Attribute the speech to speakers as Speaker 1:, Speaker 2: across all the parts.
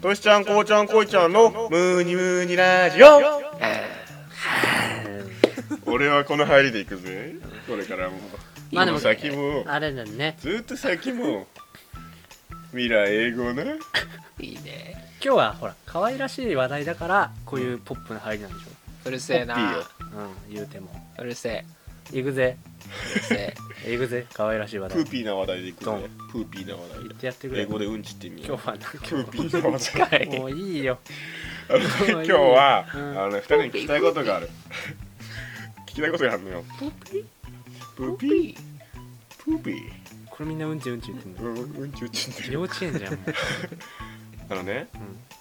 Speaker 1: としちゃん、こうちゃん、こいちゃんのムーニムーニラジオ俺はこの入りでいくぜこれからも
Speaker 2: まあでも
Speaker 1: も先も
Speaker 2: あれだね
Speaker 1: ずっと先も未来英語ね
Speaker 3: いいね
Speaker 2: 今日はほら可愛らしい話題だからこういうポップな入りなんでしょ
Speaker 3: うるせえ
Speaker 1: ポッピーよ
Speaker 3: な
Speaker 2: うん言うても
Speaker 3: うるせえ
Speaker 2: 行くぜ
Speaker 3: うるせえ
Speaker 2: 行くぜ可愛らしい話
Speaker 1: プ
Speaker 2: 題
Speaker 1: ーピーな話題でいく
Speaker 2: ド
Speaker 1: ぜ
Speaker 2: ン
Speaker 1: プーピーな話題
Speaker 2: 言
Speaker 1: だ
Speaker 2: ってやってくれ
Speaker 1: 英語でうんちって意味
Speaker 2: 今日はなんか
Speaker 1: プーピーな話題
Speaker 2: もういいよ
Speaker 1: あの今日は、
Speaker 2: うん
Speaker 1: あのね二人に聞きたいことがある聞きたいことがあるのよ
Speaker 3: ポピ
Speaker 1: プー
Speaker 3: ポ
Speaker 1: ピー
Speaker 3: ピ
Speaker 1: プーピー
Speaker 2: これみんなうんちうんち言ってんの
Speaker 1: うんうんちうんちって
Speaker 2: 幼稚園じゃんもう
Speaker 1: あのね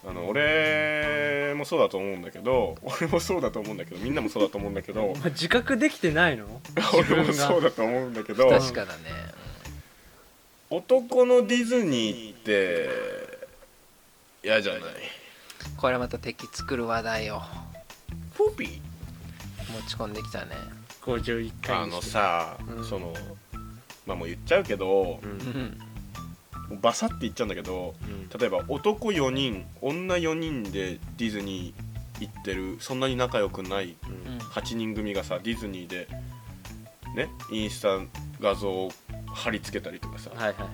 Speaker 1: あの俺もそうだと思うんだけど俺もそうだと思うんだけどみんなもそうだと思うんだけど
Speaker 2: お前自覚できてないの 自
Speaker 1: 俺
Speaker 2: 分
Speaker 1: も
Speaker 2: が
Speaker 1: そうだと思うんだけど
Speaker 3: 確かだね
Speaker 1: 男のディズニーって嫌じゃない
Speaker 3: これまた敵作る話題を
Speaker 1: プーピー
Speaker 3: 持ち込んできたね
Speaker 2: 51
Speaker 1: あ
Speaker 2: 回に
Speaker 1: の
Speaker 2: して
Speaker 1: さ、
Speaker 2: うん
Speaker 1: そのまあもう言っちゃうけど
Speaker 2: う、ん
Speaker 3: うん
Speaker 1: もうバサって言っちゃうんだけど
Speaker 2: うん
Speaker 1: 例えば男4人女4人でディズニー行ってるそんなに仲良くない
Speaker 2: うん
Speaker 1: 8人組がさディズニーでねインスタ画像を貼り付けたりとかさ、
Speaker 2: はいはいはい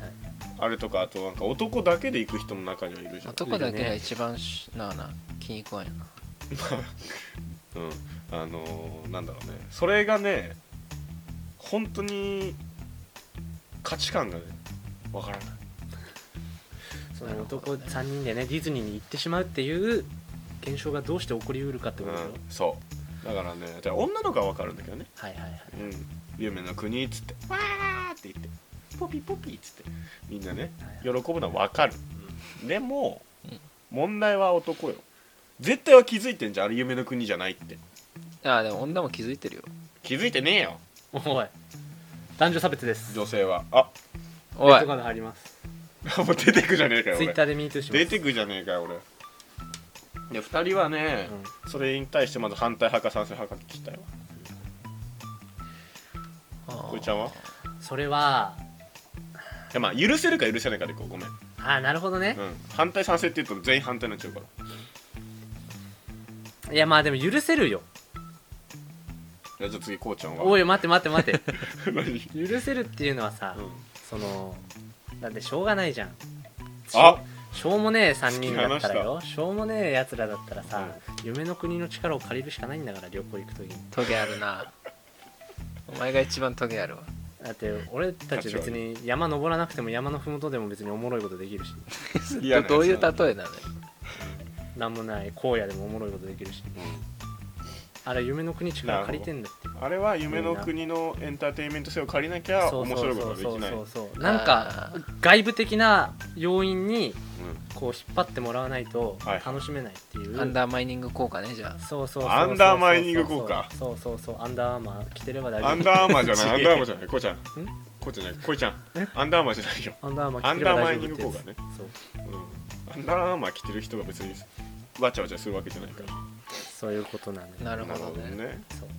Speaker 1: あれとかあとなんか男だけで行く人も中にはいるじゃん、
Speaker 3: 男だけが一番しなあな気に食わんよな
Speaker 1: うん、あのーなんだろうねそれがね本当に価値観がねわからない
Speaker 2: その男3人でねディズニーに行ってしまうっていう現象がどうして起こりうるかってことでしょ、
Speaker 1: うん、そうだからねじゃあ女の子は分かるんだけどね
Speaker 2: はいはいはい
Speaker 1: うん夢の国っつってわーって言ってポピポピっつってみんなね喜ぶのは分かる、でも、
Speaker 3: うん
Speaker 1: 問題は男よ絶対は気づいてんじゃんあれ夢の国じゃないって
Speaker 3: ああでも女も気づいてるよ
Speaker 1: 気づいてねえよ
Speaker 2: おい男女差別です
Speaker 1: 女性はあ
Speaker 3: おい
Speaker 2: とかの入ります
Speaker 1: もう出てくじゃねえかよ
Speaker 2: ツイ
Speaker 1: 俺
Speaker 2: ッターでミートしま
Speaker 1: 出
Speaker 2: す
Speaker 1: てくじゃねえかよ俺で2人はね、それに対してまず反対派か賛成派か聞きたいわこいちゃんは
Speaker 2: うんそれはい
Speaker 1: やまあ許せるか許せないかでこうごめん、う
Speaker 2: ああなるほどね、
Speaker 1: ん、反対賛成って言うと全員反対になっちゃうから
Speaker 2: いやまあでも許せるよ
Speaker 1: じゃあ次こうちゃんは
Speaker 2: おい待って待って待 っ
Speaker 1: 何
Speaker 2: て許せるっていうのはさ、そのだってしょうがないじゃん
Speaker 1: あ
Speaker 2: しょうもねえ3人だったらよしょうもねえやつらだったらさ、夢の国の力を借りるしかないんだから旅行行く時に
Speaker 3: トゲあるなお前が一番トゲあるわ
Speaker 2: だって俺たち別に山登らなくても山の麓でも別におもろいことできるし
Speaker 1: 嫌なやつ
Speaker 3: どういう例えなのよ
Speaker 2: なんもない荒野でもおもろいことできるしあれ夢の国力借りてんだって
Speaker 1: あれは夢の国のエンターテインメント性を借りなきゃ
Speaker 2: そう
Speaker 1: 面
Speaker 2: そ
Speaker 1: 白
Speaker 2: う
Speaker 1: いこと
Speaker 2: そ
Speaker 1: が
Speaker 2: う
Speaker 1: できな
Speaker 2: そう
Speaker 1: い
Speaker 2: そうそうなんか外部的な要因に
Speaker 1: うん
Speaker 2: こう引っ張ってもらわないと
Speaker 1: はい
Speaker 2: 楽しめないっていう、
Speaker 3: アンダーマイニング効果ねじゃ
Speaker 2: そうそうそうそう
Speaker 1: アンダーマイニング効果
Speaker 2: そうそうそうアンダーアーマー着てれば大丈夫
Speaker 1: アンダーアーマーじゃないアンダーアーマーじ
Speaker 2: ゃ
Speaker 1: ゃないこうちゃんこうちゃんじゃないこいちゃんアンダーアーマーじゃないよ、
Speaker 2: アンダーアーマー着てれば大丈夫って
Speaker 1: ア
Speaker 2: や
Speaker 1: ンダーマイニング効
Speaker 2: つ
Speaker 1: 果ね
Speaker 2: そう
Speaker 1: うん、アンダーアーマー着てる人が別にわちゃわちゃするわけじゃないから
Speaker 2: そういうことなん
Speaker 3: あ
Speaker 2: だ
Speaker 3: な
Speaker 2: よ
Speaker 3: るほどね
Speaker 2: そう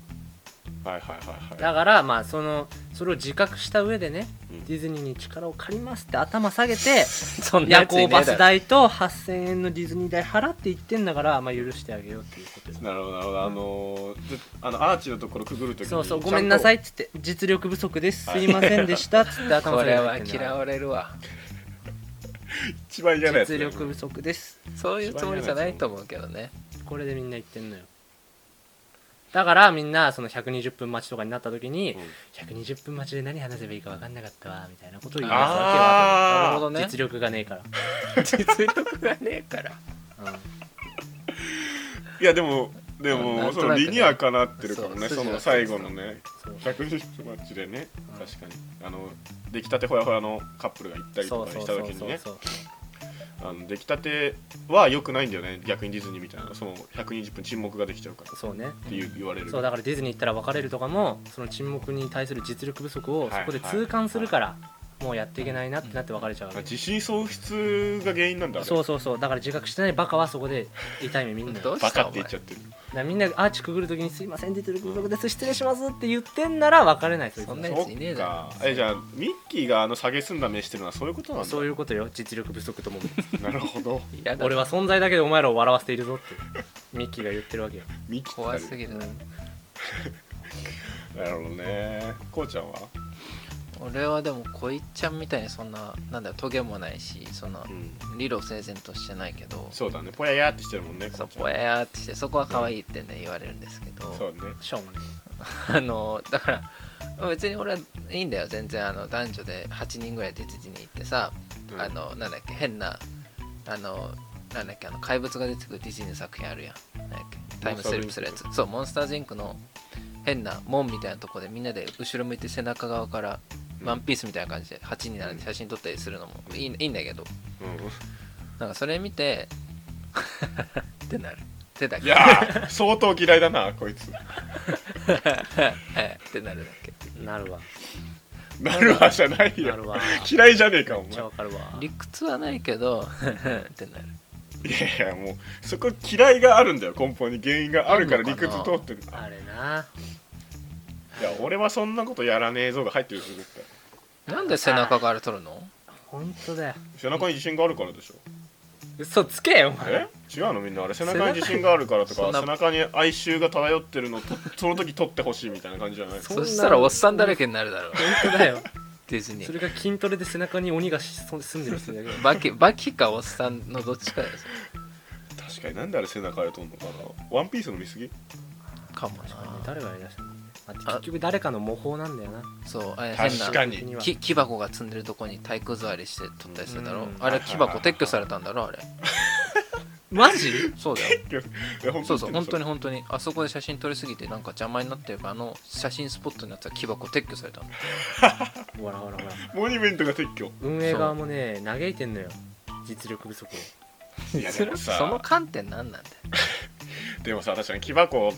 Speaker 1: はいはいはいはい
Speaker 2: だからまあそのそれを自覚した上でね、
Speaker 1: うん
Speaker 2: ディズニーに力を借りますって頭下げ て
Speaker 3: そんなや
Speaker 2: 夜
Speaker 3: ついね
Speaker 2: 行
Speaker 3: えだろ
Speaker 2: バス代と8000円のディズニー代払って言ってんだから、まあ、許してあげようっていうことです
Speaker 1: なるほどなるほどあのーずあのアーチのところくぐるときに
Speaker 2: そうそうごめんなさい
Speaker 1: い
Speaker 2: っつって実力不足です
Speaker 1: は
Speaker 2: す
Speaker 1: い
Speaker 2: いませんでしたっつって頭
Speaker 3: こ
Speaker 2: 下げ
Speaker 3: れ
Speaker 2: て
Speaker 3: は嫌
Speaker 2: わ
Speaker 3: われるわ
Speaker 1: 一番嫌なやつだ
Speaker 2: 実
Speaker 1: よ
Speaker 2: 力不足です
Speaker 3: そういうつもりじゃないと思うけどね
Speaker 2: これでみんな言ってんのよだからみんなその120分待ちとかになった時に、
Speaker 1: うん
Speaker 2: 120分待ちで何話せばいいか分かんなかったわみたいなことを言い出すわ
Speaker 3: なるほ
Speaker 1: あ
Speaker 3: ど
Speaker 2: けよ
Speaker 3: ね
Speaker 2: 実力がねえから、
Speaker 3: 実力がねえから
Speaker 2: うん
Speaker 1: ーいやでもで
Speaker 3: な
Speaker 1: も
Speaker 3: んと
Speaker 1: そ
Speaker 3: なくね
Speaker 1: の理にはかなってるからね
Speaker 3: そ
Speaker 1: その
Speaker 3: う筋は
Speaker 1: 最
Speaker 3: 通
Speaker 1: 後
Speaker 3: ってる
Speaker 1: のね
Speaker 2: そう
Speaker 1: 120マッチでね
Speaker 2: うん
Speaker 1: 確かにあの出来たてほやほやのカップルが行ったりとか
Speaker 2: そうそう
Speaker 1: した
Speaker 2: そう
Speaker 1: 時に
Speaker 2: そう
Speaker 1: ね
Speaker 2: そう
Speaker 1: あの出来たては良くないんだよね逆にディズニーみたいなその120分沈黙ができちゃうから
Speaker 2: そうね
Speaker 1: っていう言われる
Speaker 2: そうだからディズニー行ったら別れるとかもその沈黙に対する実力不足をそこで痛感するからもうやっていけないなってなって別れちゃうわけ、
Speaker 1: あ自信喪失が原因なんだあれ
Speaker 2: そうそうそうだから自覚してないバカはそこで痛い目みんな
Speaker 3: ど
Speaker 2: だ
Speaker 3: う
Speaker 2: か
Speaker 1: バ
Speaker 3: し
Speaker 1: カ
Speaker 3: た
Speaker 1: って
Speaker 3: お
Speaker 1: 言
Speaker 3: 前
Speaker 1: っちゃってる
Speaker 2: らみんなアーチくぐるときに「すいません出てるくぐです失礼します」って言ってんなら別れないと
Speaker 3: そんなや
Speaker 1: そ
Speaker 3: ついねえ
Speaker 1: っ
Speaker 3: だ
Speaker 1: か
Speaker 3: ろ
Speaker 1: えじゃあミッキーがあの下げすんだ目してるのはそういうことなんだ
Speaker 2: そういうことよ実力不足とも
Speaker 1: なるほど
Speaker 3: 嫌だ
Speaker 2: 俺は存在だけでお前らを笑わせているぞってミッキーが言ってるわけよ、
Speaker 1: ミッキーって
Speaker 3: 怖すぎ
Speaker 2: う
Speaker 3: る
Speaker 2: ん
Speaker 3: な
Speaker 1: なるほどねこうちゃんは
Speaker 3: 俺はでもこいちゃんみたいにそんななんだよトゲもないしそんな
Speaker 1: うん
Speaker 3: 理路整然としてないけど
Speaker 1: そうだねぽややってしてるもんね
Speaker 3: そ
Speaker 1: こ
Speaker 3: う
Speaker 1: うちゃん
Speaker 3: ぽややってしてそこは可愛いってね言われるんですけ
Speaker 1: そ
Speaker 3: ど
Speaker 1: うね
Speaker 2: しょうもない
Speaker 3: あのだから別に俺はいいんだよ全然あの男女で8人ぐらいでディズニー行ってさ
Speaker 1: うん
Speaker 3: あのなんだっけ変なあのなんだっけあの怪物が出てくるディズニーの作品あるやんなんだっけタイムスリップするやつそうモンスターズインクの変な門みたいなとこでみんなで後ろ向いて背中側からワンピースみたいな感じで8人並んで写真撮ったりするのもいいいいんだけど
Speaker 1: う
Speaker 3: なんかそれ見てってなる手だ
Speaker 1: んい
Speaker 3: け
Speaker 1: やー相当嫌いだなこいつ
Speaker 3: ええってなるだけ
Speaker 2: なるわ
Speaker 1: なるわじゃない
Speaker 2: な
Speaker 1: よ
Speaker 2: るわ
Speaker 1: 嫌いじゃねえかお
Speaker 2: めっち
Speaker 1: 前
Speaker 2: ゃわかるわ
Speaker 3: 理屈はないけど ってなる
Speaker 1: いやいやもうそこ嫌いがあるんだよ根本に原因があるから
Speaker 3: あん
Speaker 1: 理
Speaker 3: のか
Speaker 1: 屈
Speaker 3: な
Speaker 1: 通ってる
Speaker 2: あれない
Speaker 1: や俺はそんなことやらねえぞが入ってるよ絶対
Speaker 3: なんで背中から撮るの
Speaker 2: 本当だよ
Speaker 1: 背中に自信があるからでしょ
Speaker 2: 嘘つけよお前
Speaker 1: え違うのみんなあれ背中に自信があるからと
Speaker 3: そ
Speaker 1: か
Speaker 3: んな
Speaker 1: 背中に哀愁が漂ってるの とその時取ってほしいみたいな感じじゃない
Speaker 2: そんな
Speaker 3: そしたらおっさんだらけになるだろう
Speaker 2: 本当だよ
Speaker 3: ディズニ
Speaker 2: そ
Speaker 3: ー
Speaker 2: れが筋トレで背中に鬼が住んでる人だけど
Speaker 3: バキバキかおっさんのどっちかです
Speaker 1: 確かになんであれ背中で取るのかなワンピースの見過ぎ
Speaker 3: かもな
Speaker 2: 誰がやりだしたのあ結局誰かの模倣なんだよな
Speaker 3: そうあれ変
Speaker 1: 確か
Speaker 3: な
Speaker 1: に
Speaker 2: には
Speaker 3: き木箱が積んでるとこに体育座りして撮ったりするだろ
Speaker 2: うん
Speaker 3: あれ木箱撤去されたんだろあれ
Speaker 2: マジ
Speaker 3: そう だよ
Speaker 1: いや本
Speaker 3: そうそう本当
Speaker 1: に
Speaker 3: に本当にあそこで写真撮りすぎてなんか邪魔になってるからあの写真スポットになってた木箱撤去されたの
Speaker 2: ほらほらほら
Speaker 1: モニュメントが撤去
Speaker 2: 運営側もね嘆いてんのよ実力不足を
Speaker 1: いやでも
Speaker 3: その
Speaker 1: さ
Speaker 3: 観点なんなんだよ
Speaker 1: でもさ確かに木箱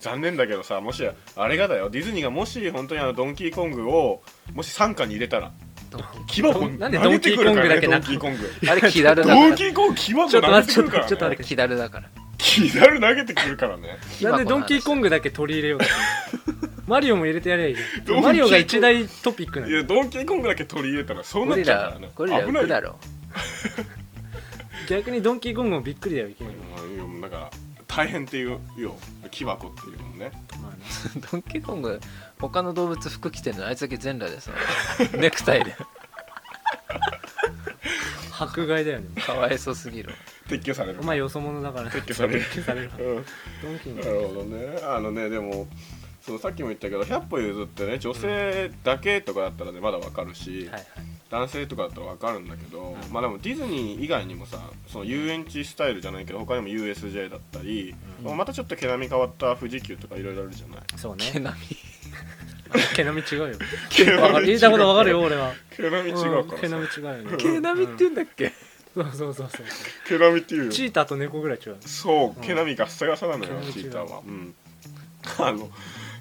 Speaker 1: 残念だけどさもしあれがだよディズニーがもし本当にあのドンキーコングをもし傘下に入れたら
Speaker 3: ドンキ
Speaker 1: 木箱
Speaker 2: どんなんで
Speaker 1: 投げてくるからね
Speaker 2: ド
Speaker 1: ドン
Speaker 2: ン
Speaker 1: キ
Speaker 2: キ
Speaker 1: ー
Speaker 2: ー
Speaker 1: コング
Speaker 3: あれ木だるだ
Speaker 1: ドン
Speaker 3: か
Speaker 1: キーコング木箱
Speaker 2: ちょっと
Speaker 1: 投げ
Speaker 2: 待ってて
Speaker 1: くるから
Speaker 2: ちょっと
Speaker 1: ね
Speaker 3: ら
Speaker 2: 待って
Speaker 3: 木だるだから
Speaker 1: 木だる投げてくるからね
Speaker 3: 木
Speaker 2: な
Speaker 3: 箱
Speaker 2: んでドンキーコン
Speaker 3: グ
Speaker 2: グだけ取り入 れようとしてんのマリオも入れてやりゃいいじ
Speaker 1: ドンキー
Speaker 2: ゃんマリオが一大トピックないの
Speaker 1: やドンキーコングだけ取り入れたらそう
Speaker 3: ゴ
Speaker 1: なっ
Speaker 3: リ
Speaker 1: ちゃうから
Speaker 3: ラ
Speaker 1: ね
Speaker 3: ゴリラ
Speaker 1: 危
Speaker 3: 浮
Speaker 1: ない
Speaker 3: く
Speaker 1: よ
Speaker 3: だろ
Speaker 2: 逆にドンキーコングもびっくりだよいきなり
Speaker 1: まあいいよなんか大変っていうよ木箱っていうのもね
Speaker 2: ま あね
Speaker 3: ドンキーコング他の動物服着てんのにあいつだけ全裸でさ ネクタイで
Speaker 2: 迫害だよね
Speaker 3: かわいそうすぎる
Speaker 1: 撤去される
Speaker 2: お前よそ者だから
Speaker 1: 撤去される
Speaker 2: 撤去される
Speaker 1: うん
Speaker 2: ドンキー
Speaker 1: な
Speaker 2: に
Speaker 1: るほどねあのねでもそのさっきも言ったけど100歩譲ってね女性だけとかだったらねまだわかるし、
Speaker 2: はいはい
Speaker 1: 男性とかだったらわかるんだけど、まあでもディズニー以外にもさその遊園地スタイルじゃないけど他にも USJ だったり、
Speaker 3: うん
Speaker 1: またちょっと毛並み変わった富士急とかいろいろあるじゃない
Speaker 2: そう
Speaker 3: 毛
Speaker 2: ね
Speaker 3: 並
Speaker 2: 毛並み違うよ
Speaker 1: 毛
Speaker 2: わかる言いたことわかる
Speaker 1: よ
Speaker 2: よ俺は
Speaker 1: 毛並み違
Speaker 2: う
Speaker 1: うんから
Speaker 2: 毛
Speaker 1: さ
Speaker 2: 並み違うよね
Speaker 3: み毛並みって言うんだっけ
Speaker 2: そうそうそうそう
Speaker 1: 毛並みっていうよ
Speaker 2: チーターと猫ぐらい違う
Speaker 1: そう
Speaker 2: うん
Speaker 1: 毛並みガッサガサなのよ
Speaker 2: 毛並み違う
Speaker 1: チーターはうんあの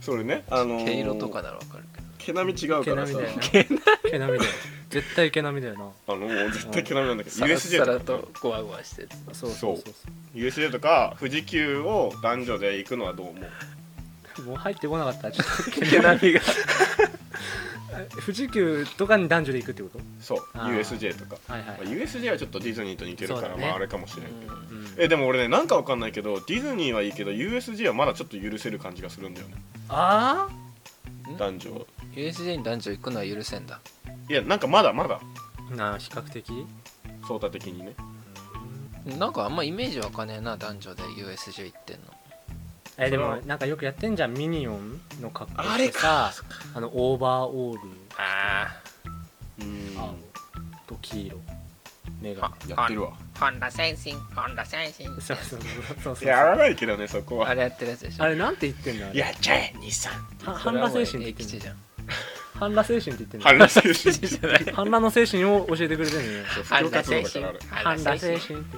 Speaker 1: それねあのー
Speaker 3: 毛色とかならわかるけど
Speaker 1: 毛並み違う
Speaker 2: 毛
Speaker 1: から
Speaker 2: 並み
Speaker 1: さ
Speaker 2: だよな毛並みだよ絶対毛並みだよな
Speaker 1: あのもう絶対毛並みなんだけど
Speaker 3: さら
Speaker 1: USJ
Speaker 3: さ
Speaker 1: と
Speaker 3: ら
Speaker 1: か
Speaker 3: とゴワゴワしてる
Speaker 2: そうそうそう
Speaker 1: USJ とか富士急を男女で行くのはどう思う
Speaker 2: もう入ってこなかったちょっと毛
Speaker 3: 毛
Speaker 2: 並
Speaker 3: 並みが
Speaker 2: み 富士急とかに男女で行くってこと
Speaker 1: そう
Speaker 2: あー
Speaker 1: USJ とか、
Speaker 2: はいはい
Speaker 1: まあ USJ はちょっとディズニーと似てるか
Speaker 2: そう
Speaker 1: ら、
Speaker 2: だね
Speaker 1: まああれかもしれないけど、
Speaker 2: うん
Speaker 1: えでも俺ねなんかわかんないけどディズニーはいいけど USJ はまだちょっと許せる感じがするんだよね
Speaker 2: あ
Speaker 3: うん
Speaker 1: 男女
Speaker 3: USJ に男女行くのは許せんだ
Speaker 1: いやなんかまだまだ
Speaker 2: あなあ比較的
Speaker 1: 相対的にね
Speaker 3: なんかあんまイメージわかねえな男女で USJ 行ってんの
Speaker 2: えで
Speaker 1: そ
Speaker 2: も
Speaker 1: の
Speaker 2: なんかよくやってんじゃんミニオンの格好してさ
Speaker 1: あれか
Speaker 2: あのオーバーオール
Speaker 3: あ
Speaker 1: うん
Speaker 2: 青と黄色目が
Speaker 1: やってるわ
Speaker 3: あ本田先生本田先生
Speaker 2: そうそうそうそうそう
Speaker 1: やらないけどねそこは
Speaker 3: あれやってるやつでしょ
Speaker 2: あれなんて言ってんのあれ
Speaker 1: やっちゃえ兄さん
Speaker 2: は半裸精神って言ってん
Speaker 3: じ
Speaker 2: の
Speaker 3: ゃん
Speaker 2: 半裸精神って言ってんの
Speaker 1: 反乱精神
Speaker 3: じゃない
Speaker 2: 反乱の精神を教えてくれてるのよ
Speaker 1: 布教活動だからあれ
Speaker 2: 反乱精神って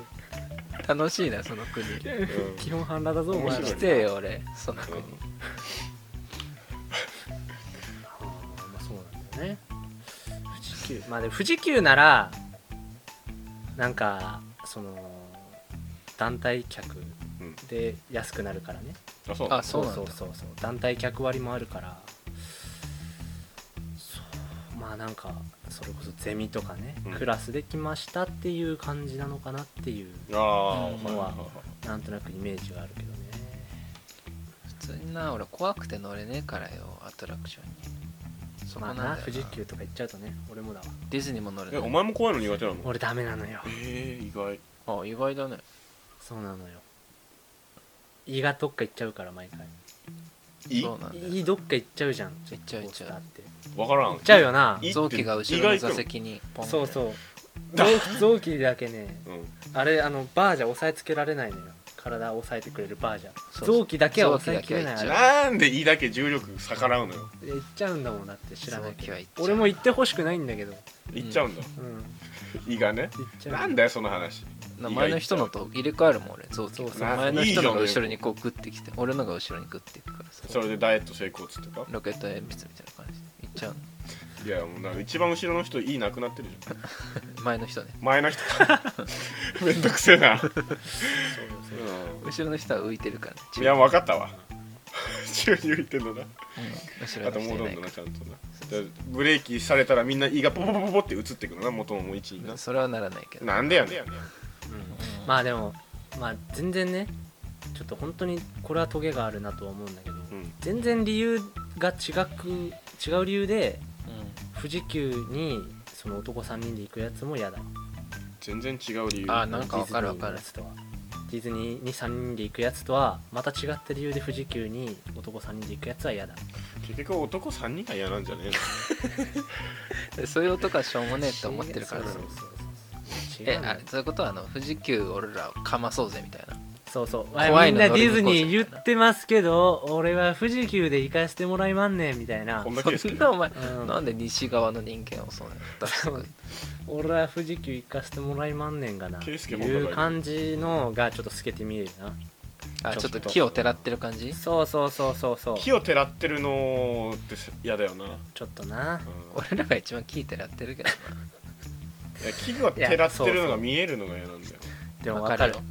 Speaker 3: 楽しいなその国
Speaker 1: うん
Speaker 2: 基本反乱だぞお前
Speaker 1: 面
Speaker 2: ら
Speaker 1: 白
Speaker 3: 来
Speaker 1: い
Speaker 3: てよ俺その
Speaker 1: う
Speaker 3: 国
Speaker 1: ん
Speaker 2: あーまあそうなんだよね富士急まあでも富士急ならなんかその団体客
Speaker 1: うん
Speaker 2: で安くなるからね、
Speaker 1: あそう
Speaker 3: あそうなんだ
Speaker 2: そうそうそう団体客割もあるからそうまあなんかそれこそゼミとかね、
Speaker 1: うん
Speaker 2: クラスできましたっていう感じなのかなっていう
Speaker 1: ああ、
Speaker 3: うん
Speaker 1: はいはいはい
Speaker 2: なんとなくイメージはあるけどね
Speaker 3: 普通にな俺怖くて乗れねえからよアトラクションにそこな
Speaker 2: まあ
Speaker 3: んだよ
Speaker 2: な
Speaker 3: な
Speaker 2: 富士急とか行っちゃうとね俺もだわ
Speaker 3: ディズニーも乗れ
Speaker 1: え
Speaker 3: な
Speaker 1: お
Speaker 3: い
Speaker 1: 前も怖いの苦手なの
Speaker 2: 俺ダメなのよ
Speaker 1: えー、意外
Speaker 3: あ意外だね
Speaker 2: そうなのよ胃がどっか行っちゃうから毎回
Speaker 1: い
Speaker 3: そうなんだよ
Speaker 2: 胃どっか行っちゃうじゃん
Speaker 3: 行っちゃう行っちゃう
Speaker 2: コースターて行
Speaker 1: わからん
Speaker 2: っちゃうよな
Speaker 1: 胃って
Speaker 3: 臓器が後ろの座席にポン
Speaker 2: そう
Speaker 3: う
Speaker 2: そう臓臓器だけね
Speaker 1: うん
Speaker 2: あれあのバージャー押さえつけられないのよ体を押さえてくれるバージャ
Speaker 3: そ
Speaker 2: ー
Speaker 3: うそう
Speaker 2: 臓器だけは押さえきれない
Speaker 3: 臓
Speaker 2: あ
Speaker 3: 器
Speaker 2: れ
Speaker 3: だ
Speaker 1: なんで胃だけ重力逆らうのよ
Speaker 2: 行っちゃうんだもんだって知らないけ
Speaker 3: 臓器
Speaker 2: ど
Speaker 3: は行っちゃう
Speaker 2: 俺も行ってほしくないんだけど
Speaker 1: 行っちゃうんだ、
Speaker 2: うん
Speaker 1: 胃がね
Speaker 2: 行っちゃう
Speaker 1: なんだよその話
Speaker 3: 前の人のと入れ替えるもん俺臓器
Speaker 2: そうそう
Speaker 3: 前の人のが後ろにこうグッてきて俺のが後ろにグッていくからさ
Speaker 1: それでダイエット成功っつってか
Speaker 3: ロケット鉛筆みたいな感じでいっちゃうの
Speaker 1: いやもうなんか一番後ろの人いいなくなってるじゃん
Speaker 3: 前の人ね
Speaker 1: 前の人めんどくせえな、
Speaker 2: そうそうそう
Speaker 1: う
Speaker 3: 後ろの人は浮いてるからね
Speaker 1: ん、いや分かったわ 宙に浮いてんのな
Speaker 3: うん後
Speaker 1: あ
Speaker 3: ろ
Speaker 1: と
Speaker 3: の人い
Speaker 1: 戻
Speaker 3: なん
Speaker 1: だ
Speaker 3: いか
Speaker 1: なちゃんとなじゃあブレーキされたらみんな胃がポポポポポって移ってくるな元も位置に
Speaker 3: ら
Speaker 1: な
Speaker 3: それはならないけど
Speaker 1: なんでやねん
Speaker 2: うんまあでもまあ全然ねちょっと本当にこれはトゲがあるなとは思うんだけど、
Speaker 1: ん
Speaker 2: 全然理由が違く違う理由で
Speaker 3: うん
Speaker 2: 富士急にその男3人で行くやつも嫌だ
Speaker 1: 全然違う理由
Speaker 3: あなんかわかるわかる
Speaker 2: ディズニーのやつとはディズニーに3人で行くやつとはまた違った理由で富士急に男3人で行くやつは嫌だ
Speaker 1: 結局男3人が嫌なんじゃねえの
Speaker 3: でそういう男はしょうもねえって思ってるから
Speaker 2: そう
Speaker 3: さ
Speaker 2: そうそう
Speaker 3: え
Speaker 2: 違うの
Speaker 3: あそういうことはあの富士急俺らをかまそうぜみたいな
Speaker 2: そうそう
Speaker 3: 怖いの
Speaker 2: あみんな
Speaker 3: 乗
Speaker 2: デ
Speaker 3: りに行こう
Speaker 2: ィズ
Speaker 3: ぜ
Speaker 2: ニー言ってますけど俺は富士急で行かせてもらいまんねんみたいな
Speaker 1: こんだけです
Speaker 3: そ
Speaker 1: け
Speaker 3: ん
Speaker 1: ど
Speaker 3: なお前
Speaker 2: う ん
Speaker 3: なんで西側の人間をそうなの出してくる
Speaker 2: 俺は富士急行かせてもらいまんねんがな
Speaker 1: 圭介も
Speaker 2: いう感じのがちょっと透けて見えるな
Speaker 3: あちょっと木をてらってる感じ
Speaker 2: そうそうそうそうそう
Speaker 1: 木をてらってるのって嫌だよな、うん、い
Speaker 2: ちょっとな
Speaker 3: 俺らが一番木てらってるけど
Speaker 1: や木がてらってるのが見えるのが嫌なんだよ
Speaker 2: で
Speaker 3: な
Speaker 2: も
Speaker 3: わ
Speaker 2: 分かる
Speaker 3: よ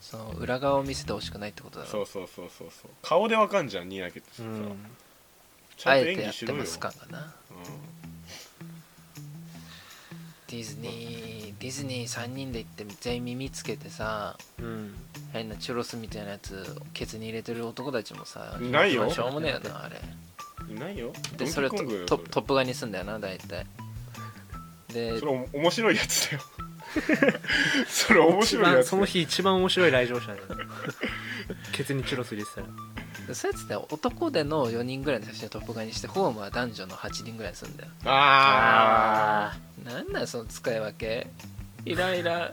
Speaker 3: その裏側を見せてほしくないってことだろ
Speaker 1: そうそうそうそうそう顔でわかんじゃんにやけて
Speaker 2: う
Speaker 1: さ、
Speaker 2: ん
Speaker 1: ちゃ
Speaker 3: あ
Speaker 1: んと
Speaker 3: え
Speaker 1: 演
Speaker 3: てや
Speaker 1: 技
Speaker 3: っ
Speaker 1: してろよ、
Speaker 3: ます感がなディズニーディズニー3人で行って全員耳つけてさ
Speaker 2: うん
Speaker 3: 変なチュロスみたいなやつケツに入れてる男たちもさ
Speaker 1: いないよ
Speaker 3: しょうもねえよなあれ
Speaker 1: うん、いないよ
Speaker 3: でそれを
Speaker 1: ド
Speaker 3: ト
Speaker 1: ンキーコングよ
Speaker 3: トトップガンにすんだよな大体で
Speaker 1: それそれお面白いやつだよそれ面白いや
Speaker 2: 一番
Speaker 1: つ
Speaker 2: その日一番面白い来場者 だよケツにチュロス入れてたら
Speaker 3: そうやつって男での4人ぐらいの写真をトップガンにしてホームは男女の8人ぐらいにするんだよ
Speaker 1: あ
Speaker 2: あ
Speaker 3: なんなんその使い分けイライ
Speaker 1: あ
Speaker 3: ラ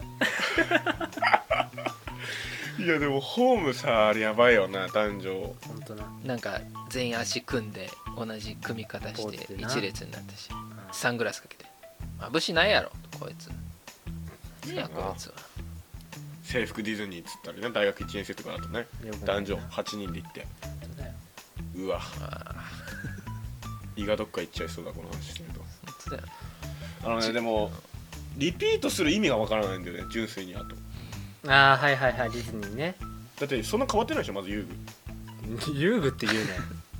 Speaker 1: いやでもホームさあれやばいよな男女
Speaker 2: ーほんとな
Speaker 3: なんか全員足組んで同じ組み方
Speaker 2: ポ
Speaker 3: し
Speaker 2: ーズ
Speaker 3: て
Speaker 2: でな
Speaker 3: 一列になったし
Speaker 2: うん
Speaker 3: サングラスかけて眩しないやろこいついや
Speaker 1: そうやな
Speaker 3: こいつは
Speaker 1: 制服ディズニーっつったりね大学1年生とかだとね
Speaker 2: よくない
Speaker 1: 男女8人で行って
Speaker 2: そうだよ
Speaker 1: うわ
Speaker 3: あ
Speaker 1: 胃がどっか行っちゃいそうだこの話してると
Speaker 3: ー本当だよ
Speaker 1: あのねでもリピートする意味がわからないんだよね純粋にあと
Speaker 2: ああはいはいはいディズニーね
Speaker 1: だってそんな変わってないでしょまず遊
Speaker 2: 遊具って言 うね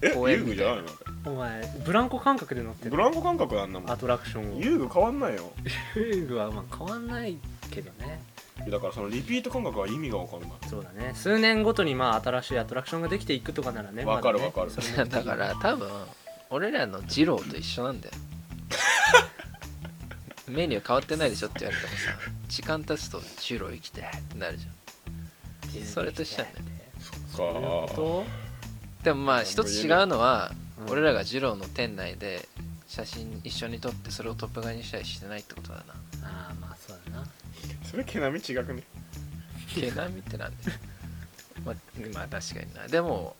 Speaker 1: 具え
Speaker 3: 公園
Speaker 1: 遊具じゃないのあ
Speaker 2: お前ブランコ感覚で乗っ
Speaker 1: れ
Speaker 2: て
Speaker 1: ブ
Speaker 2: る
Speaker 1: ランコ感覚あんなも
Speaker 2: ア
Speaker 1: ん
Speaker 2: トラクションを
Speaker 1: 遊具変わんないよ
Speaker 2: 遊具はまあ変わんないけどね
Speaker 1: だからそのリピート感覚は意味がわかんない
Speaker 2: そうだね数年ごとにまあ新しいアトラクションができていくとかならね
Speaker 1: わかる
Speaker 2: まだね
Speaker 1: わかる
Speaker 2: それ
Speaker 3: い
Speaker 2: も
Speaker 3: や だから多分俺らの二郎と一緒なんだ よメニュー変わってないでしょって言われてもさ時間経つと二郎生きてってなるじゃそれと一緒やね
Speaker 1: そ
Speaker 2: そういうこ
Speaker 3: んでもまあ一つ違うのは
Speaker 2: うん
Speaker 3: 俺らが二郎の店内で写真一緒に撮ってそれをトップガンにしたりしてないってことだな
Speaker 2: とああまあそうだな
Speaker 1: それ毛並み違くね
Speaker 3: 毛並みってなん だよまあ、まあ確かになでも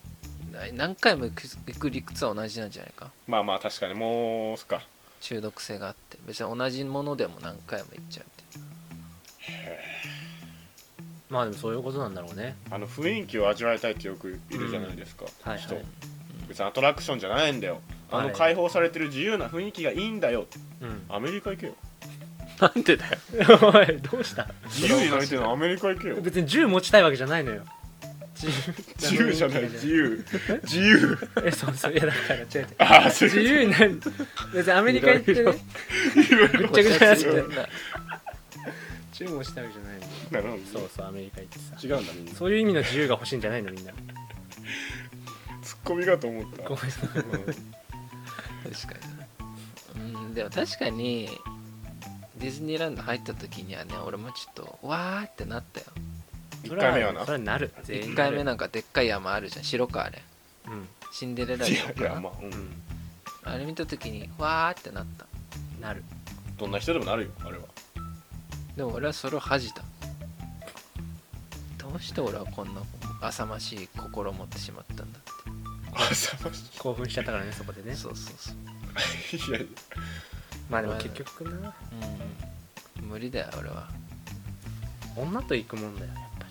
Speaker 3: な何回も行く行く理屈は同じなんじゃないか
Speaker 1: まあまあ確かにもうそっか
Speaker 3: 中毒性があって別に同じものでも何回も行っちゃうっていう
Speaker 2: まあでもそういうことなんだろうね
Speaker 1: あの雰囲気を味わいたいってよくいるじゃないですか、
Speaker 2: はいはい
Speaker 1: 人別にアトラクションじゃないんだよあ
Speaker 2: は
Speaker 1: の
Speaker 2: い
Speaker 1: 解放されてる自由な雰囲気がいいんだよ
Speaker 2: うん
Speaker 1: アメリカ行けよ
Speaker 3: なんでだよ
Speaker 2: おいどうした
Speaker 1: 自由になりてるのはアメリカ行けよ
Speaker 2: 別に銃持ちたいわけじゃない のよ自
Speaker 1: 自由じゃない自
Speaker 2: 由
Speaker 1: 由自由
Speaker 2: えそうそういやだから違う違う
Speaker 1: ああそう
Speaker 2: 自
Speaker 1: いう
Speaker 2: 由になる別にアメリカ行 って
Speaker 3: いろ
Speaker 2: ね
Speaker 3: い
Speaker 2: ぐっ
Speaker 3: ご
Speaker 2: ちゃぐちゃになっちゃ
Speaker 3: 自
Speaker 2: う
Speaker 3: 由な
Speaker 2: 銃持ちたいわけじゃない
Speaker 1: こ
Speaker 2: の
Speaker 1: となのに
Speaker 2: そうそうアメリカ行ってさ
Speaker 1: 違うんだみんな
Speaker 2: そういう意味の自由が欲しいんじゃないのみんな
Speaker 1: ツッコミかと思った
Speaker 2: ごめん
Speaker 1: うん
Speaker 3: 確かにうんでも確かにディズニーランド入った時にはね俺もちょっとわーってなったよ
Speaker 1: 一回目はな
Speaker 2: それはなる全
Speaker 3: 1
Speaker 2: 員
Speaker 3: 回目
Speaker 2: な
Speaker 3: なんかでっかい山あるじゃん白かあれ
Speaker 2: る
Speaker 3: シンデレラ
Speaker 1: い
Speaker 3: 城
Speaker 1: やい
Speaker 3: か
Speaker 1: や
Speaker 3: な
Speaker 1: まあうん
Speaker 3: あれ見た時にわーってなった
Speaker 2: うんなる
Speaker 1: どんな人でもなるよあれは
Speaker 3: でも俺はそれを恥じたどうして俺はこんな浅ましい心を持ってしまったんだっ
Speaker 1: 朝まし
Speaker 2: 興奮しちゃったからねそこで
Speaker 3: て
Speaker 2: ね
Speaker 3: そうそうそう、
Speaker 1: いやいや
Speaker 2: まあでも結局な
Speaker 3: うん、無理だよ俺は
Speaker 2: 女と行くもんだよやっぱ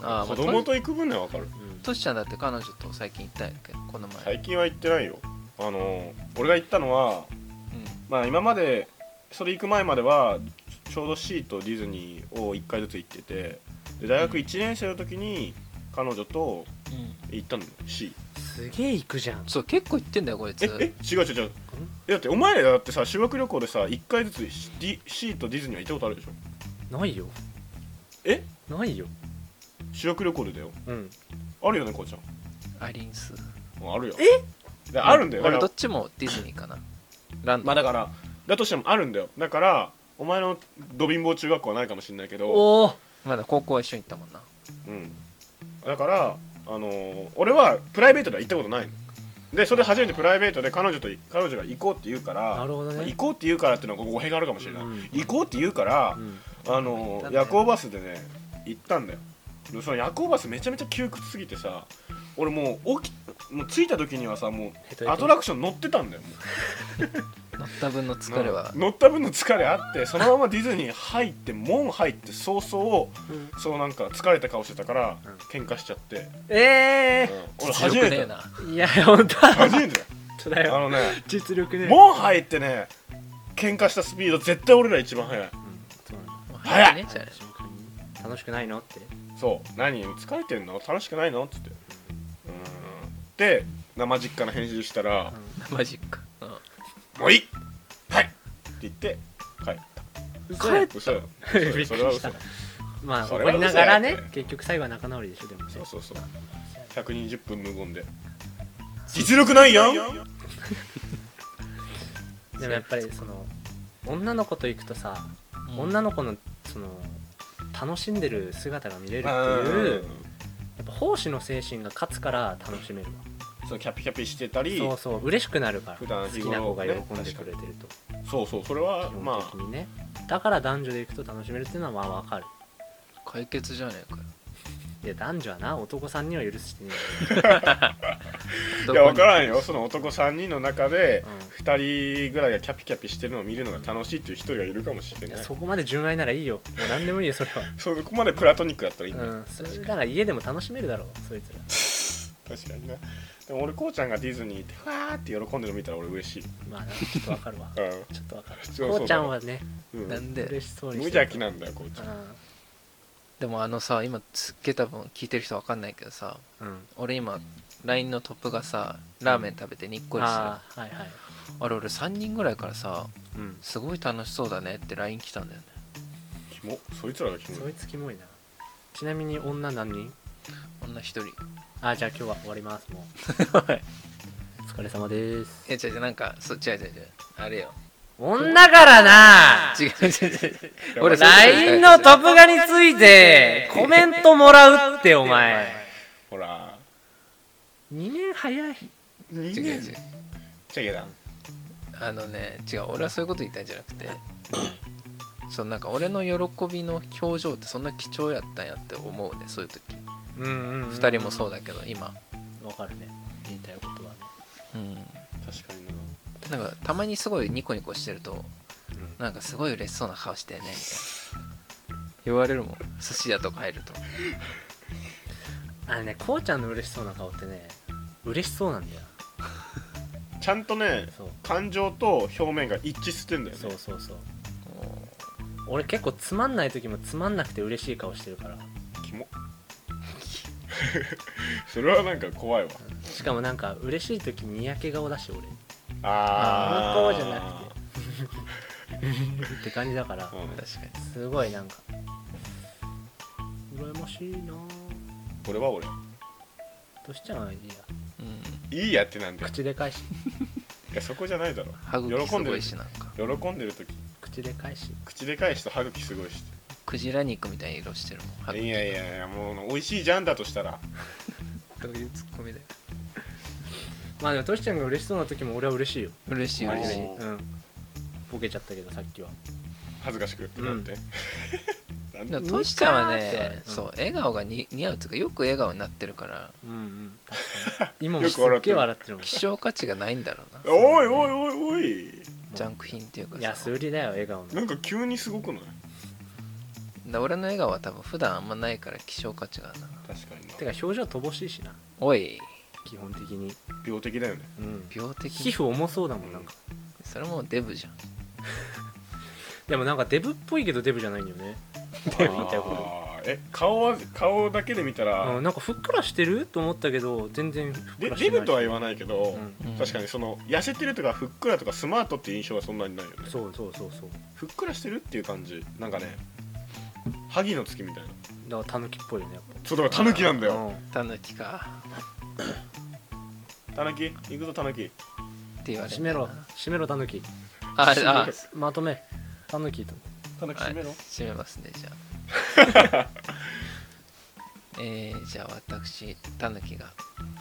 Speaker 2: り
Speaker 3: ああ
Speaker 1: 子供
Speaker 3: と
Speaker 1: と行く分には分かる
Speaker 2: うん
Speaker 3: トシちゃんだって彼女と最近行ったんやっけこの前、
Speaker 1: 最近は行ってないよあの俺が行ったのは
Speaker 3: うん
Speaker 1: まあ今までそれ行く前まではちちょうど C とディズニーを1回ずつ行っててで大学1年生の時に彼女と
Speaker 3: うん、
Speaker 1: 行ったのよ C
Speaker 2: すげえ行くじゃん
Speaker 3: そう結構行ってんだよこいつ
Speaker 1: ええ違う違う違うえだってお前らだってさ修学旅行でさ1回ずつ D C とディズニーは行ったことあるでしょ
Speaker 2: ないよ
Speaker 1: え
Speaker 2: ないよ
Speaker 1: 修学旅行でだよ
Speaker 2: うん
Speaker 1: あるよねこうちゃん
Speaker 3: アリンス
Speaker 1: うんあるよえであるんだよだ
Speaker 3: 俺
Speaker 1: か
Speaker 3: ど
Speaker 1: ら
Speaker 3: っちもディズニーかなランド、
Speaker 1: まあだからだとしてもあるんだよだからお前のど貧乏中学校はないかもしれないけど
Speaker 2: おお
Speaker 3: まだ高校は一緒に行ったもんな
Speaker 1: うん、だから、あのー俺はプライベートでは行ったことないのでそれで初めてプライベートで彼女と彼女が行こうって言うから
Speaker 2: なるほどね
Speaker 1: まあ行こうって言うからっていうのは語弊があるかもしれない、
Speaker 2: うん
Speaker 1: 行こうって言うから、あ
Speaker 3: 行
Speaker 1: のー
Speaker 3: ったんだよ
Speaker 1: 夜行バスでね行ったんだよでその夜行バスめちゃめちゃ窮屈すぎてさ俺もう起きもう着いた時にはさも
Speaker 2: ヘ
Speaker 1: う
Speaker 2: トヘト
Speaker 1: アトラクション乗ってたんだよもう
Speaker 3: 乗った分の疲れは
Speaker 1: うん乗った分の疲れあってそのままディズニー入って門入って早々そうなんか疲れた顔してたから
Speaker 2: うん
Speaker 1: 喧嘩しちゃって、
Speaker 2: ええ
Speaker 1: 俺
Speaker 3: 実
Speaker 1: 初
Speaker 3: 力
Speaker 1: め
Speaker 3: ねえ
Speaker 1: て
Speaker 3: な、
Speaker 2: いや本当だ
Speaker 1: 初めて
Speaker 2: 本当だ
Speaker 1: だよあの
Speaker 2: よ
Speaker 1: ね
Speaker 2: 実力ね
Speaker 1: 門入ってね喧嘩したスピード絶対俺ら一番速い
Speaker 2: うんそうなんだ
Speaker 3: もう
Speaker 1: 早い
Speaker 3: ねえじゃん
Speaker 2: 楽しくないのって
Speaker 1: そう何疲れてんの楽しくないのっつってうーんで生実家の返事したら
Speaker 3: マジか、うん、
Speaker 1: 「もういいはい!」って言って帰った
Speaker 2: 嘘や
Speaker 1: 嘘よ
Speaker 2: びっくりしたまあ
Speaker 1: それ
Speaker 2: 怒
Speaker 1: は
Speaker 2: りながら
Speaker 1: 嘘やって
Speaker 2: ね結局最後は仲直りでしょでもね
Speaker 1: そうそうそう120分無言で実力ないやん
Speaker 2: でもやっぱりその女の子と行くとさ
Speaker 3: うん
Speaker 2: 女の子のその楽しんでる姿が見れるっていう
Speaker 1: うん
Speaker 2: やっぱ奉仕の精神が勝つから楽しめるわ
Speaker 1: そのキャピキャピしてたり
Speaker 2: そうそう嬉しくなるから
Speaker 1: 普段
Speaker 2: 好
Speaker 1: 日
Speaker 2: きな
Speaker 1: 頃
Speaker 2: 子が喜
Speaker 1: ね
Speaker 2: んでくれてると
Speaker 1: そうそうそれは
Speaker 2: 基
Speaker 1: ま
Speaker 2: 本
Speaker 1: あ
Speaker 2: 的にねだから男女で行くと楽しめるっていうのはまあ分かる
Speaker 3: 解決じゃねえかよ
Speaker 2: いや男女はな男さんには許してね
Speaker 3: ど
Speaker 1: い
Speaker 3: こ
Speaker 1: や
Speaker 3: に
Speaker 1: 分からんよその男3人の中で
Speaker 2: うん
Speaker 1: 2人ぐらいがキャピキャピしてるのを見るのが楽しいっていう人がいるかもしれ
Speaker 2: えよい
Speaker 1: な
Speaker 2: や
Speaker 1: い
Speaker 2: そこまで純愛ならいいよもう何でもいいよそれは
Speaker 1: そこまでプラトニックだったらいいんだよ、
Speaker 2: うんそれなら家でも楽しめるだろうそいつら
Speaker 1: 確かにねでも俺こうちゃんがディズニー行ってわーって喜んでるの見たら俺嬉しい、
Speaker 2: まあなんかちょっと分か るわ
Speaker 1: う
Speaker 2: ちょっと分かる
Speaker 1: そう
Speaker 2: こうちゃんはね
Speaker 1: んうん
Speaker 3: なんで
Speaker 2: 嬉しそう
Speaker 1: 無
Speaker 2: にして
Speaker 1: 邪気なんだよこうちゃん
Speaker 3: でもあのさ今すっげえ多分聞いてる人わかんないけどさ
Speaker 2: うんうん
Speaker 3: 俺今 LINE のトップがさラーメン食べてにっこりしてるあ
Speaker 2: ああはいはい
Speaker 3: れ俺3人ぐらいからさ
Speaker 2: うん
Speaker 3: すごい楽しそうだねって LINE 来たんだよね
Speaker 1: キモそいつらがキモ
Speaker 2: そ
Speaker 1: い
Speaker 2: いつキモいなちなみに女何人
Speaker 3: 女一人
Speaker 2: あじゃあ今日は終わりますも
Speaker 3: おいう
Speaker 2: お疲れ様です
Speaker 3: え違う違うなんかそう違う違う違うあれよ
Speaker 2: 女からな
Speaker 3: 違う違う違う
Speaker 1: や
Speaker 3: 俺
Speaker 1: まあ
Speaker 2: LINE のトップ画についてコメントもらうってお前
Speaker 1: ほら
Speaker 2: 2年早い
Speaker 3: 違
Speaker 1: 人
Speaker 3: う違う
Speaker 1: 間
Speaker 3: 違う
Speaker 1: チェゲだ
Speaker 3: あのね違う俺はそういうこと言いたいんじゃなく てそうなんか俺の喜びの表情ってそんな貴重やったんやって思うねそういう時
Speaker 2: うんうん
Speaker 3: 2人もそうだけど今
Speaker 2: うわかるね言いたいことはね
Speaker 3: うん
Speaker 1: 確かにな
Speaker 3: なんかたまにすごいニコニコしてると、
Speaker 1: ん
Speaker 3: なんかすごい嬉しそうな顔してねみたいな言われるもん寿司屋とか入ると
Speaker 2: あのねこうちゃんの嬉しそうな顔ってね嬉しそうなんだよ
Speaker 1: ちゃんとね
Speaker 2: そう
Speaker 1: 感情と表面が一致してんだよ
Speaker 2: そう
Speaker 1: ね
Speaker 2: そうそう俺結構つまんない時もつまんなくて嬉しい顔してるから
Speaker 1: キモ それはなんか怖いわ
Speaker 2: しかもなんか嬉しい時にやけ顔だし俺
Speaker 1: あ
Speaker 2: こ
Speaker 1: あ
Speaker 2: の顔じゃなくてって感じだから
Speaker 1: うん
Speaker 3: 確かに
Speaker 2: すごいなんか羨ましいなぁ
Speaker 1: 俺は俺
Speaker 2: としちゃういい
Speaker 3: うん
Speaker 1: いいやってなんだ
Speaker 2: や
Speaker 1: よ
Speaker 2: 口で返し
Speaker 1: いやそこじゃないだろ
Speaker 3: 歯茎すごいしなんか
Speaker 1: 喜んでる時
Speaker 2: 口で返し
Speaker 1: 口でかい人歯茎すごいし
Speaker 3: クジラ肉みたいな色してるもん歯
Speaker 1: い
Speaker 3: 茎
Speaker 1: やいやいやもう美味しいじゃんだとしたら
Speaker 3: どういうツッコミで
Speaker 2: まあでもとしちゃんが嬉しそうな時も俺は嬉しいよ
Speaker 3: 嬉しい
Speaker 1: おー
Speaker 3: 嬉しい
Speaker 2: うんボケちゃったけどさっきは
Speaker 1: 恥ずかしくってなって、なん
Speaker 3: で
Speaker 1: で
Speaker 3: もトシちゃんは
Speaker 2: にかーって
Speaker 3: ね
Speaker 2: うん
Speaker 3: そう笑顔がに似合うっていうかよく笑顔になってるから
Speaker 2: うんうん確かに今 も
Speaker 1: よく
Speaker 2: すっ
Speaker 1: 笑っ
Speaker 2: げ
Speaker 1: て
Speaker 2: え
Speaker 1: る
Speaker 2: 笑ってるもん
Speaker 3: 希少価値がないんだろ うな
Speaker 1: おいおいおいおい
Speaker 3: ジャンク品っていうかさ
Speaker 2: 安売りだよ笑顔の
Speaker 1: なんか急にすごくない
Speaker 3: だ俺の笑顔は多分普段あんまないから希少価値があるな
Speaker 1: 確かにな
Speaker 2: てか表情乏しいしな
Speaker 3: おい
Speaker 2: 基本的に
Speaker 1: 病的だよね
Speaker 2: うん
Speaker 3: 病的
Speaker 2: 皮膚重そうだもんなんか
Speaker 3: それもうデブじゃん
Speaker 2: でもなんかデブっぽいけどデブじゃないんだよね
Speaker 1: あ
Speaker 2: 言いたいこ
Speaker 1: ーえ顔は顔だけで見た
Speaker 2: と
Speaker 1: ら、
Speaker 2: うんなんかふっくらしてると思ったけど全然ふっく
Speaker 1: で
Speaker 2: らしてない
Speaker 1: デブとは言わないけど、
Speaker 2: う
Speaker 3: うん
Speaker 1: 確かにその痩せてるとかふっくらとかスマートっていう印象はそんなにないよね
Speaker 2: んそうそうそうそう
Speaker 1: ふっくらしてるっていう感じなんかね萩の月みたいな
Speaker 2: だからタヌキっぽいよねやっ
Speaker 1: そうだからタヌキなんだ
Speaker 2: ぱ
Speaker 1: よ
Speaker 2: うん
Speaker 3: タヌキか
Speaker 1: タヌキ行くぞタヌキ
Speaker 3: って言われる
Speaker 2: 閉めろ閉めろタヌキ
Speaker 3: あ
Speaker 1: 閉めろ
Speaker 3: あ
Speaker 2: まとめタヌキと
Speaker 1: タヌキ
Speaker 3: はい
Speaker 1: 閉めろ、
Speaker 3: 閉めますねじゃあ えー、じゃあ私タヌキが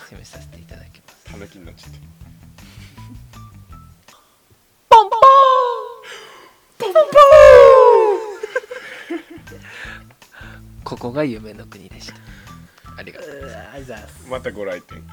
Speaker 3: 攻めさせていただきます
Speaker 1: タヌキになっちゃって
Speaker 3: ここが夢の国でしたありがとう
Speaker 2: あざす
Speaker 1: またご来店